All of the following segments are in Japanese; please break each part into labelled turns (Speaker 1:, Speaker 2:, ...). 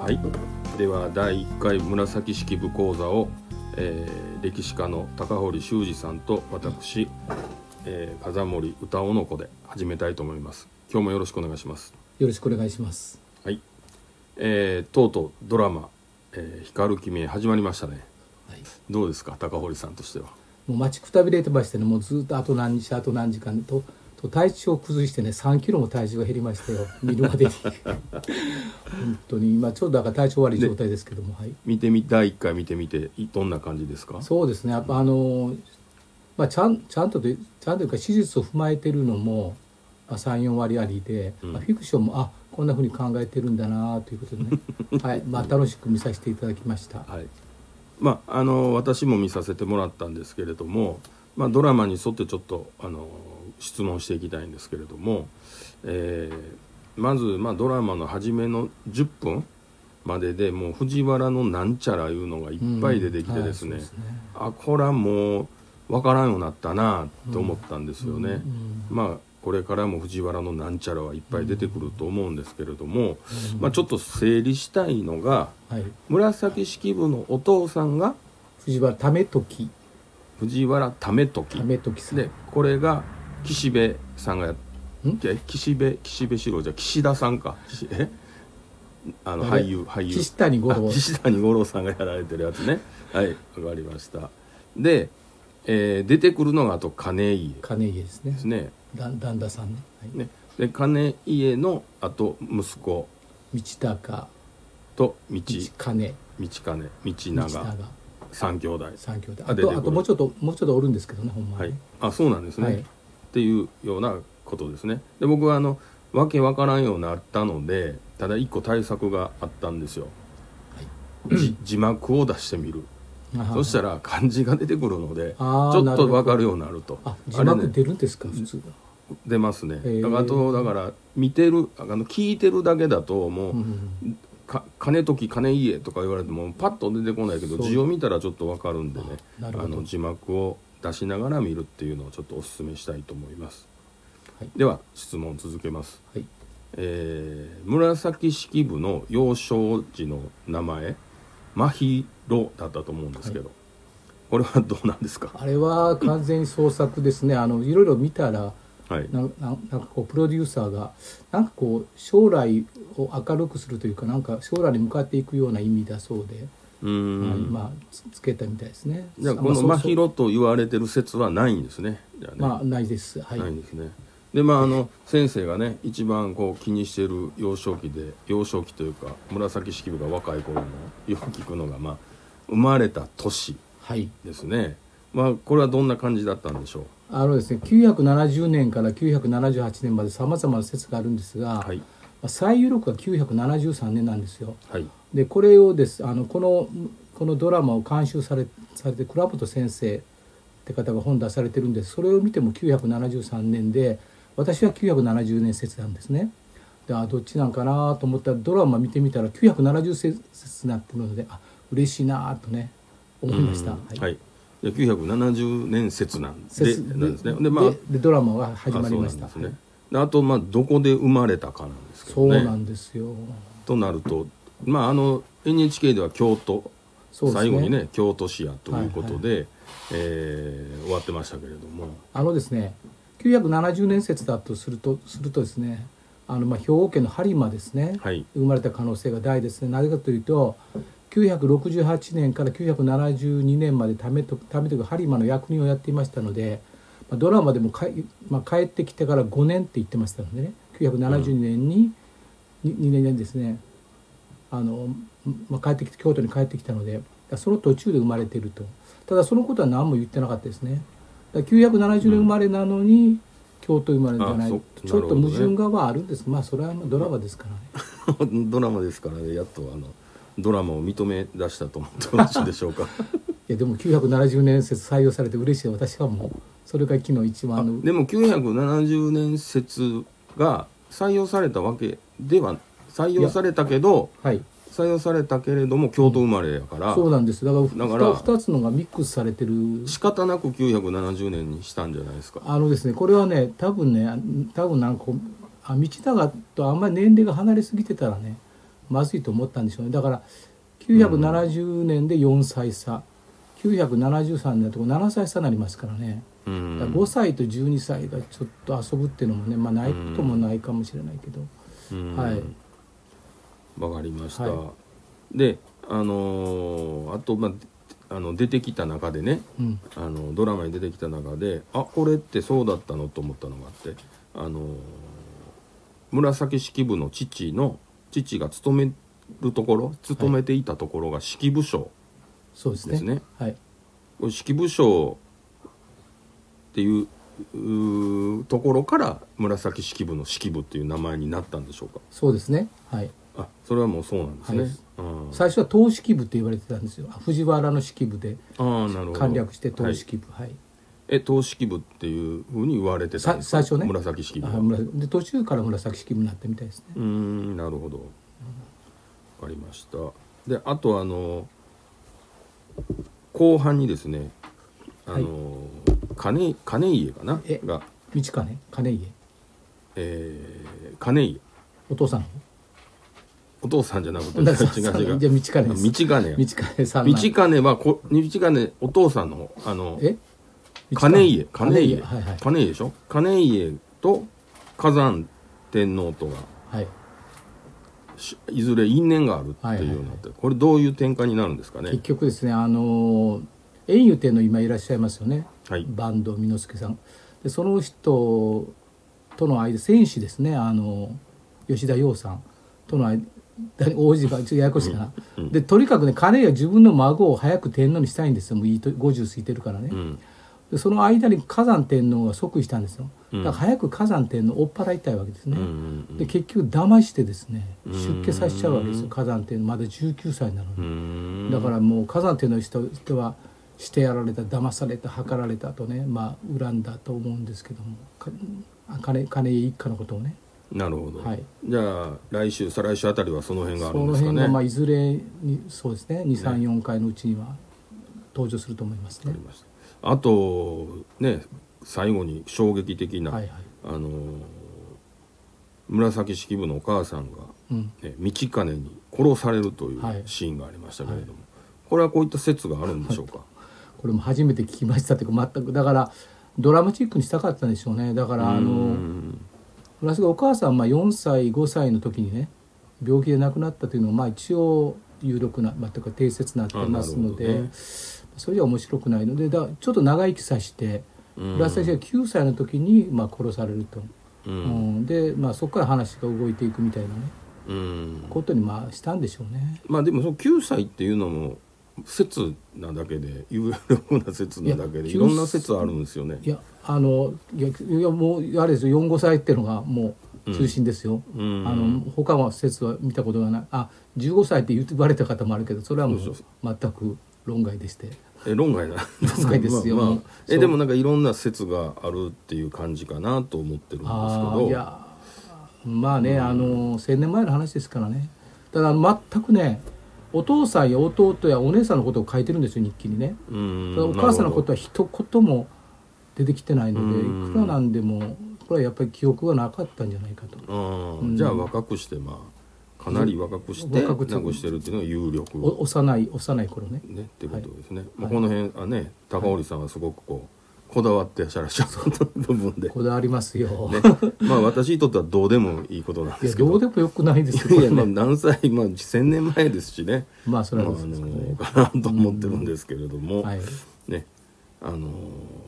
Speaker 1: はい、では第1回紫式部講座を、えー歴史家の高堀修二さんと私、えー風森歌男の子で始めたいと思います今日もよろしくお願いします
Speaker 2: よろしくお願いします。
Speaker 1: はい、えーとうとうドラマ「えー光る君へ」始まりましたね
Speaker 2: はい、
Speaker 1: どうですか高堀さんとしては
Speaker 2: もう待ちくたびれてましてね、もうずっとあと何日、あと何時間と、と体調を崩してね、3キロも体重が減りましたよ、見るまでに。本当に今、ちょっとだから体調悪い状態ですけども、はい。
Speaker 1: 見てみ第1回見てみていどんな感じですか
Speaker 2: そうですね、やっぱあの、まあ、ちゃん、ちゃんとという、ちゃんというか、手術を踏まえてるのも、まあ、3、4割ありで、
Speaker 1: うん
Speaker 2: まあ、フィクションも、あこんなふうに考えてるんだなということで ね、はい、まあ、楽しく見させていただきました。
Speaker 1: はい、まああの私も見させてもらったんですけれども、まあ、ドラマに沿ってちょっとあの質問していきたいんですけれども、えーまず、まあ、ドラマの初めの10分まででもう藤原のなんちゃらいうのがいっぱい出てきてですね、
Speaker 2: うんはいそうですね
Speaker 1: あこらもう分からんようになったなと思ったんですよね。
Speaker 2: うん
Speaker 1: まあこれからも藤原のなんちゃらはいっぱい出てくると思うんですけれども、まあ、ちょっと整理したいのが、
Speaker 2: はい、
Speaker 1: 紫式部のお父さんが
Speaker 2: 藤原為時
Speaker 1: 藤原為時
Speaker 2: 為時さん
Speaker 1: でこれが岸辺さんがやっ
Speaker 2: ん
Speaker 1: じゃあ岸辺岸辺四郎じゃあ岸田さんか岸えあの
Speaker 2: あれ
Speaker 1: 俳優俳優
Speaker 2: 岸谷五郎
Speaker 1: あ岸谷五郎さんがやられてるやつねはいわかりましたで、えー出てくるのがあと金家
Speaker 2: 金家ですね
Speaker 1: ですね
Speaker 2: だ旦那さんね,、はい、
Speaker 1: ねで金家のあと息子
Speaker 2: 道高
Speaker 1: と道
Speaker 2: 道金
Speaker 1: 道金道
Speaker 2: 道
Speaker 1: 長
Speaker 2: 長
Speaker 1: 三兄弟
Speaker 2: 三兄弟
Speaker 1: あ
Speaker 2: あ
Speaker 1: 出てく
Speaker 2: と
Speaker 1: る
Speaker 2: あともうちょっともうちょっとおるんですけどねほんま
Speaker 1: はい
Speaker 2: に、、
Speaker 1: あそうなんですね、
Speaker 2: はい
Speaker 1: っていうようなことですねで僕はあのわけわからんようになったのでただ一個対策があったんですよ、 じ字幕を出してみるそした
Speaker 2: ら
Speaker 1: ら漢字が出てくるのでち
Speaker 2: あー
Speaker 1: ょっ
Speaker 2: なる
Speaker 1: と
Speaker 2: ほど
Speaker 1: わかるようになると
Speaker 2: あ字幕
Speaker 1: れね
Speaker 2: 出るんですか、普通は
Speaker 1: 出ますね
Speaker 2: へー
Speaker 1: だからあとだから見てるあの聞いてるだけだともう、
Speaker 2: うんうん
Speaker 1: か金時金家とか言われてもパッと出てこないけど
Speaker 2: そう
Speaker 1: 字を見たらちょっとわかるんでね
Speaker 2: あ
Speaker 1: あ
Speaker 2: なるほど
Speaker 1: の字幕を出しながら見るっていうのをちょっとお勧めしたいと思います
Speaker 2: はい
Speaker 1: では質問続けます、
Speaker 2: はい
Speaker 1: えー紫式部の幼少時の名前真宙だったと思うんですけど、これはどうなんですか
Speaker 2: あれは完全に創作ですねあのいろいろ見たら
Speaker 1: はい
Speaker 2: なななんかこうプロデューサーがなんかこう将来を明るくするというかなんか将来に向かっていくような意味だそうで、
Speaker 1: うーん、
Speaker 2: はいまあつつけたみたいですね
Speaker 1: じゃあ
Speaker 2: ま
Speaker 1: この
Speaker 2: そうそう
Speaker 1: 真宙と言われてる説はないんですねじゃあね
Speaker 2: まあないですはい、
Speaker 1: ないんですね。でまああの先生がね一番こう気にしてる幼少期で幼少期というか紫式部が若い頃のよく聞くのが、まあ、生まれた年
Speaker 2: はい
Speaker 1: ですね。まあこれはどんな感じだったんでしょう。
Speaker 2: あのですね970年から978年までさまざまな説があるんですが、
Speaker 1: はい
Speaker 2: まあ最有力が973年なんですよ
Speaker 1: はい
Speaker 2: でこれをですあのこのこのドラマを監修されされて倉本先生って方が本出されてるんですそれを見ても973年で私は970年説なんですねであどっちなんかなと思ったらドラマ見てみたら970説説になってるのであ嬉しいなとね思いました、
Speaker 1: うんはい。で970年説なんで
Speaker 2: 説
Speaker 1: なんですね。でまあ
Speaker 2: ででドラマが始まりまし
Speaker 1: あ
Speaker 2: た
Speaker 1: そうなんですね。であとまあどこで生まれたかなんですけ
Speaker 2: そ
Speaker 1: ど
Speaker 2: う
Speaker 1: ね。
Speaker 2: なんですよ、
Speaker 1: となるとまああの NHK では京都
Speaker 2: そうです
Speaker 1: 最
Speaker 2: ね
Speaker 1: 後にね京都市やということで、えー終わってましたけれども
Speaker 2: あのですね970年説だとするとするとですねあのまあ兵庫県の播磨ですね、
Speaker 1: はい
Speaker 2: 生まれた可能性が大ですねなぜかというと968年から972年まで為時為時が播磨の役人をやっていましたのでまあドラマでもかい、まあ、帰ってきてから5年って言ってましたのでね972年に、に2年にですねあの、まあ、帰ってきて京都に帰ってきたのでその途中で生まれているとただそのことは何も言ってなかったですねだから970年生まれなのに、京都生まれじゃな
Speaker 1: あ
Speaker 2: い
Speaker 1: そう
Speaker 2: ちょ
Speaker 1: な
Speaker 2: っと
Speaker 1: るほどね
Speaker 2: 矛盾がはあるんですまあそれはまあドラマですからね
Speaker 1: ドラマですからねやっとあのドラマを認め出したと思ってよろしいでしょう か
Speaker 2: いやでも970年説採用されて嬉しい私はもうそれが昨日一番あの
Speaker 1: でも970年説が採用されたわけでは採用されたけど
Speaker 2: はい
Speaker 1: 採用されたけれども京都生まれやから、
Speaker 2: そうなんですだから
Speaker 1: だから
Speaker 2: ふた 2, つのがミックスされてる
Speaker 1: 仕方なく970年にしたんじゃないですか
Speaker 2: あのですねこれはね多分ね多分なんかこうあ道長とあんまり年齢が離れすぎてたらねまずいと思ったんでしょうねだから970年で4歳差、973年だと7歳差になりますからね、
Speaker 1: うん
Speaker 2: だから5歳と12歳がちょっと遊ぶっていうのもね、まあ、ないこともないかもしれないけど、
Speaker 1: うん
Speaker 2: はい
Speaker 1: わかりました、
Speaker 2: は
Speaker 1: であのーあと、まあ、あの出てきた中でね
Speaker 2: うん
Speaker 1: あのドラマに出てきた中であこれってそうだったのと思ったのがあってあのー紫式部の父の父が勤めるところ勤めていたところが式部省、
Speaker 2: そうですね
Speaker 1: ですね
Speaker 2: はい、
Speaker 1: これ式部省っていううーところから紫式部の式部っていう名前になったんでしょうか
Speaker 2: そうですね、はい、
Speaker 1: あそれはもうそうなんですね、
Speaker 2: は
Speaker 1: う
Speaker 2: い
Speaker 1: ん
Speaker 2: 最初は東式部って言われてたんですよあ藤原の式部で
Speaker 1: ああなるほど
Speaker 2: 簡略して
Speaker 1: はい
Speaker 2: 東式部はい、
Speaker 1: え投資部っていうふうに言われてたんですか
Speaker 2: さ最初ね
Speaker 1: 紫式部
Speaker 2: あ
Speaker 1: がう
Speaker 2: 紫で途中から紫式部になったみたいですね
Speaker 1: ーんなるほどわかりましたであとあの後半にですねあの、金金家かな
Speaker 2: え
Speaker 1: が、
Speaker 2: 道金金家
Speaker 1: えー金家
Speaker 2: お父さんの
Speaker 1: お父さんじゃなくて
Speaker 2: お父
Speaker 1: 違
Speaker 2: さん
Speaker 1: う違う
Speaker 2: じゃあ道金です
Speaker 1: 道金や
Speaker 2: 道金さん
Speaker 1: 道金はこ道金お父さんの方あの
Speaker 2: え
Speaker 1: 金家金家
Speaker 2: はいはい
Speaker 1: 金家でしょ金家と火山天皇とが
Speaker 2: はい
Speaker 1: しいずれ因縁があるっていうようになって、これどういう展開になるんですかね
Speaker 2: 結局ですねあの円雄亭の今いらっしゃいますよね、
Speaker 1: はい
Speaker 2: 坂東美之助さんでその人との間戦士ですねあの吉田洋さんとの間王子がちょっとややこしいかな、でとにかくね彼は自分の孫を早く天皇にしたいんですよもういいと50過ぎてるからね、
Speaker 1: うん
Speaker 2: でその間に火山天皇が即位したんですよ
Speaker 1: う
Speaker 2: だ
Speaker 1: ん
Speaker 2: から早く火山天皇を追っ払いたいわけです
Speaker 1: う
Speaker 2: ね、
Speaker 1: んうん
Speaker 2: で結局騙してですね
Speaker 1: うん
Speaker 2: 出家させちゃうわけですよ火山天皇まだ19歳なの
Speaker 1: う。
Speaker 2: に
Speaker 1: ん
Speaker 2: だからもう火山天の人人はしてやられた騙された計られたとねまあ恨んだと思うんですけどもか金金井一家のことをね
Speaker 1: なるほど、
Speaker 2: はい
Speaker 1: じゃあ来週再来週あたりはその辺があ
Speaker 2: そ
Speaker 1: るん
Speaker 2: の
Speaker 1: ですか
Speaker 2: 辺
Speaker 1: ね
Speaker 2: がま
Speaker 1: わ
Speaker 2: あ
Speaker 1: か
Speaker 2: いずれにそうですね234回のうちには登場すると思いますね
Speaker 1: りましたあとね最後に衝撃的な、
Speaker 2: はいはい
Speaker 1: あのー紫式部のお母さんが、
Speaker 2: うん
Speaker 1: ね、道金に殺されるという
Speaker 2: はい
Speaker 1: シーンがありましたけれども、これはこういった説があるんでしょうか、
Speaker 2: これも初めて聞きましたというか全くだからドラマチックにしたかったんでしょうねだからあ
Speaker 1: う
Speaker 2: の
Speaker 1: ん
Speaker 2: フランスがお母さんまあ4歳5歳の時にね病気で亡くなったというのはまあ一応有力な全く定説になってますの
Speaker 1: あなる
Speaker 2: で、
Speaker 1: ほどね
Speaker 2: それは面白くないのでだちょっと長生きさせて
Speaker 1: うん
Speaker 2: フランスが9歳の時にまあ殺されると、
Speaker 1: う
Speaker 2: うん
Speaker 1: ん
Speaker 2: で、まあ、そこから話が動いていくみたいなね
Speaker 1: うん
Speaker 2: ことにまあしたんでしょうね。
Speaker 1: まあでもその9歳っていうのも説なだけで有力な説なだけで
Speaker 2: いや
Speaker 1: いろんな説あるんですよね
Speaker 2: い。やあのいやいやもうあれですよ45歳っていうのがもう中心ですよ、
Speaker 1: うん
Speaker 2: あの他は説は見たことがないあ15歳って言われた方もあるけどそれはも
Speaker 1: そう
Speaker 2: う全く論外でして
Speaker 1: え論外な
Speaker 2: 論外ですよ
Speaker 1: まあまあ
Speaker 2: もう
Speaker 1: え
Speaker 2: そう
Speaker 1: でもなんかいろんな説があるっていう感じかなと思ってるんですけ
Speaker 2: ああ
Speaker 1: ど。
Speaker 2: いやまあね、あの1,000年前の話ですからねただ全くねお父さんや弟やお姉さんのことを書いてるんですよ日記にね、
Speaker 1: うん
Speaker 2: ただお母さんのことは一言も出てきてないので、
Speaker 1: うん
Speaker 2: いくらなんでもこれはやっぱり記憶はなかったんじゃないかと。
Speaker 1: なるほどあー
Speaker 2: うん
Speaker 1: じゃあ若くしてまあかなり若くして亡
Speaker 2: 若くして
Speaker 1: くしてるっていうのは有力。
Speaker 2: お幼い幼い頃ね
Speaker 1: ね、ってことですね、まあ、
Speaker 2: はい
Speaker 1: この辺はね高織さんはすごくこうこだわってらっしゃる部分で、
Speaker 2: こだわりますよ、
Speaker 1: ね、まあ私にとってはどうでもいいことなん
Speaker 2: い
Speaker 1: で
Speaker 2: や
Speaker 1: すけど
Speaker 2: どうでもよくないです
Speaker 1: い
Speaker 2: よ
Speaker 1: や
Speaker 2: こ
Speaker 1: いや
Speaker 2: れ
Speaker 1: まあ
Speaker 2: ね
Speaker 1: 何歳まあ1,000年前ですしね
Speaker 2: まあそ
Speaker 1: ま
Speaker 2: れ
Speaker 1: ああ
Speaker 2: は
Speaker 1: の
Speaker 2: そうですけどね、
Speaker 1: かなと思ってるんですけれども、
Speaker 2: はい
Speaker 1: ねあの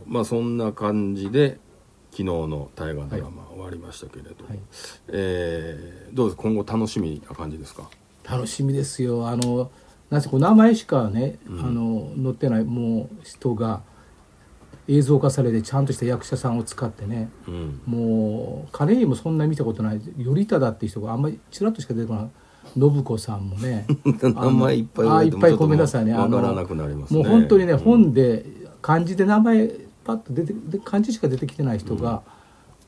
Speaker 1: まあそんな感じで昨日の大河ドラマ終わりましたけれど、
Speaker 2: はい
Speaker 1: えーどうです今後楽しみな感じですか
Speaker 2: 楽しみですよあのなんせこう名前しかね、
Speaker 1: うん
Speaker 2: あの載ってないもう人が映像化されてちゃんとした役者さんを使ってね
Speaker 1: うん
Speaker 2: もう金井もそんな見たことない頼忠っていう人があんまりちらっとしか出てこない信子さんも ね
Speaker 1: 名前いっぱい言われても
Speaker 2: あいっぱいごめんなさいね
Speaker 1: ちょっともうわから
Speaker 2: あ
Speaker 1: な
Speaker 2: の
Speaker 1: くなりますね
Speaker 2: もう本当にね、
Speaker 1: うん
Speaker 2: 本で漢字で名前パッと出てで漢字しか出てきてない人が、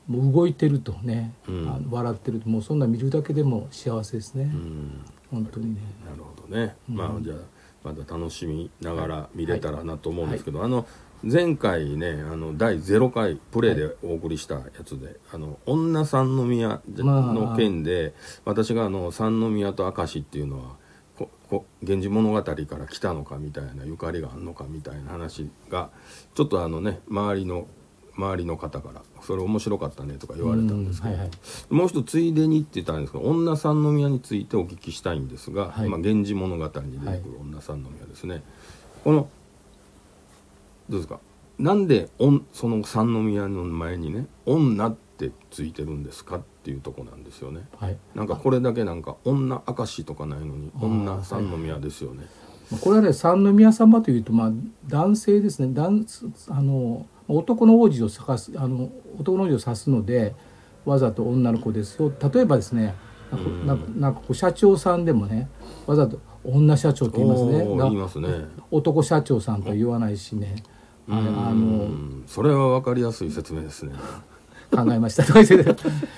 Speaker 2: もう動いてるとね、
Speaker 1: うん
Speaker 2: あの笑ってるともうそんな見るだけでも幸せですね、
Speaker 1: うん
Speaker 2: 本当にね
Speaker 1: なるほどね、まあじゃあまた楽しみながら見れたらなと思うんですけど、あの前回ねあの第0回プレイでお送りしたやつで、あの女三宮じゃ
Speaker 2: まあ
Speaker 1: の件で私があの三宮と明石っていうのはここ源氏物語から来たのかみたいなゆかりがあんのかみたいな話がちょっとあのね周りの周りの方から「それ面白かったね」とか言われたんですけど、
Speaker 2: うんはいはい
Speaker 1: もう一つついでにって言ったんですけど女三宮についてお聞きしたいんですが「
Speaker 2: はい
Speaker 1: まあ、源氏物語」に出てくる女三宮ですね。このどうですかなんでおんその三宮の前にね「女」ってついてるんですかっていうとこなんですよね。
Speaker 2: はい
Speaker 1: なんかこれだけなんか「女明石」とかないのに「
Speaker 2: あー
Speaker 1: 女三宮」ですよね。
Speaker 2: まあこれはね三宮様というと、まあ、男性ですね男あの男の王子を探すあの男の王子を指すのでわざと女の子ですよ例えばですねなんか
Speaker 1: うん
Speaker 2: なんかなんかこう社長さんでもねわざと女社長って言いますね
Speaker 1: おー
Speaker 2: が
Speaker 1: 言いますね。
Speaker 2: 男社長さんとは言わないしねああ
Speaker 1: う
Speaker 2: の
Speaker 1: んそれは分かりやすい説明ですね。
Speaker 2: 考えましたと か言って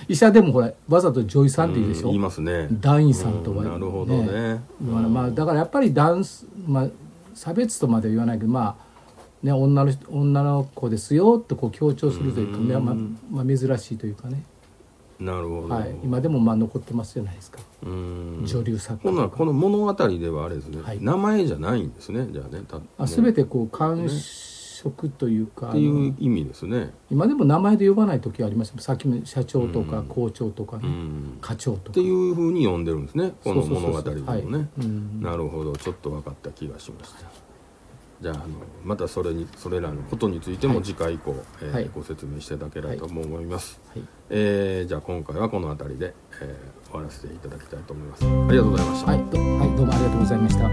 Speaker 2: 医者でもほらわざと女医さんって言うでし
Speaker 1: う
Speaker 2: ょ
Speaker 1: 言いますね。
Speaker 2: 団員さんと
Speaker 1: う
Speaker 2: は
Speaker 1: なるほどね。
Speaker 2: だからまあだからやっぱりダンス、まあ、差別とまでは言わないけどまあね女の人女の子ですよとこう強調するというか
Speaker 1: うん
Speaker 2: まあまあ、珍しいというかね、
Speaker 1: なるほど。
Speaker 2: はい、今でもまあ残ってますじゃないですか、
Speaker 1: うん。
Speaker 2: 女流作
Speaker 1: ほん
Speaker 2: 家
Speaker 1: ならこの物語ではあれですね、
Speaker 2: はい
Speaker 1: 名前じゃないんですねじゃあねた
Speaker 2: あ全てこう感触というか、
Speaker 1: って
Speaker 2: あ
Speaker 1: い
Speaker 2: の
Speaker 1: う意味ですね。
Speaker 2: 今でも名前で呼ばない時はありましたさっきも社長とか
Speaker 1: うん
Speaker 2: 校長とかね、
Speaker 1: うん
Speaker 2: 課長と
Speaker 1: っ
Speaker 2: か
Speaker 1: ていうふうに呼んでるんですねこの
Speaker 2: そうそ
Speaker 1: 物
Speaker 2: うそ
Speaker 1: 語
Speaker 2: う
Speaker 1: でも
Speaker 2: はい
Speaker 1: ね。
Speaker 2: うん
Speaker 1: なるほどちょっと分かった気がしました。じゃああのまたそれにそれらのことについても次回以降、えー
Speaker 2: はい
Speaker 1: ご説明していただければと思います。
Speaker 2: はい
Speaker 1: えーじゃあ今回はこの辺りで、えー終わらせていただきたいと思います。ありがとうございました。
Speaker 2: はいどはい、どうもありがとうございました。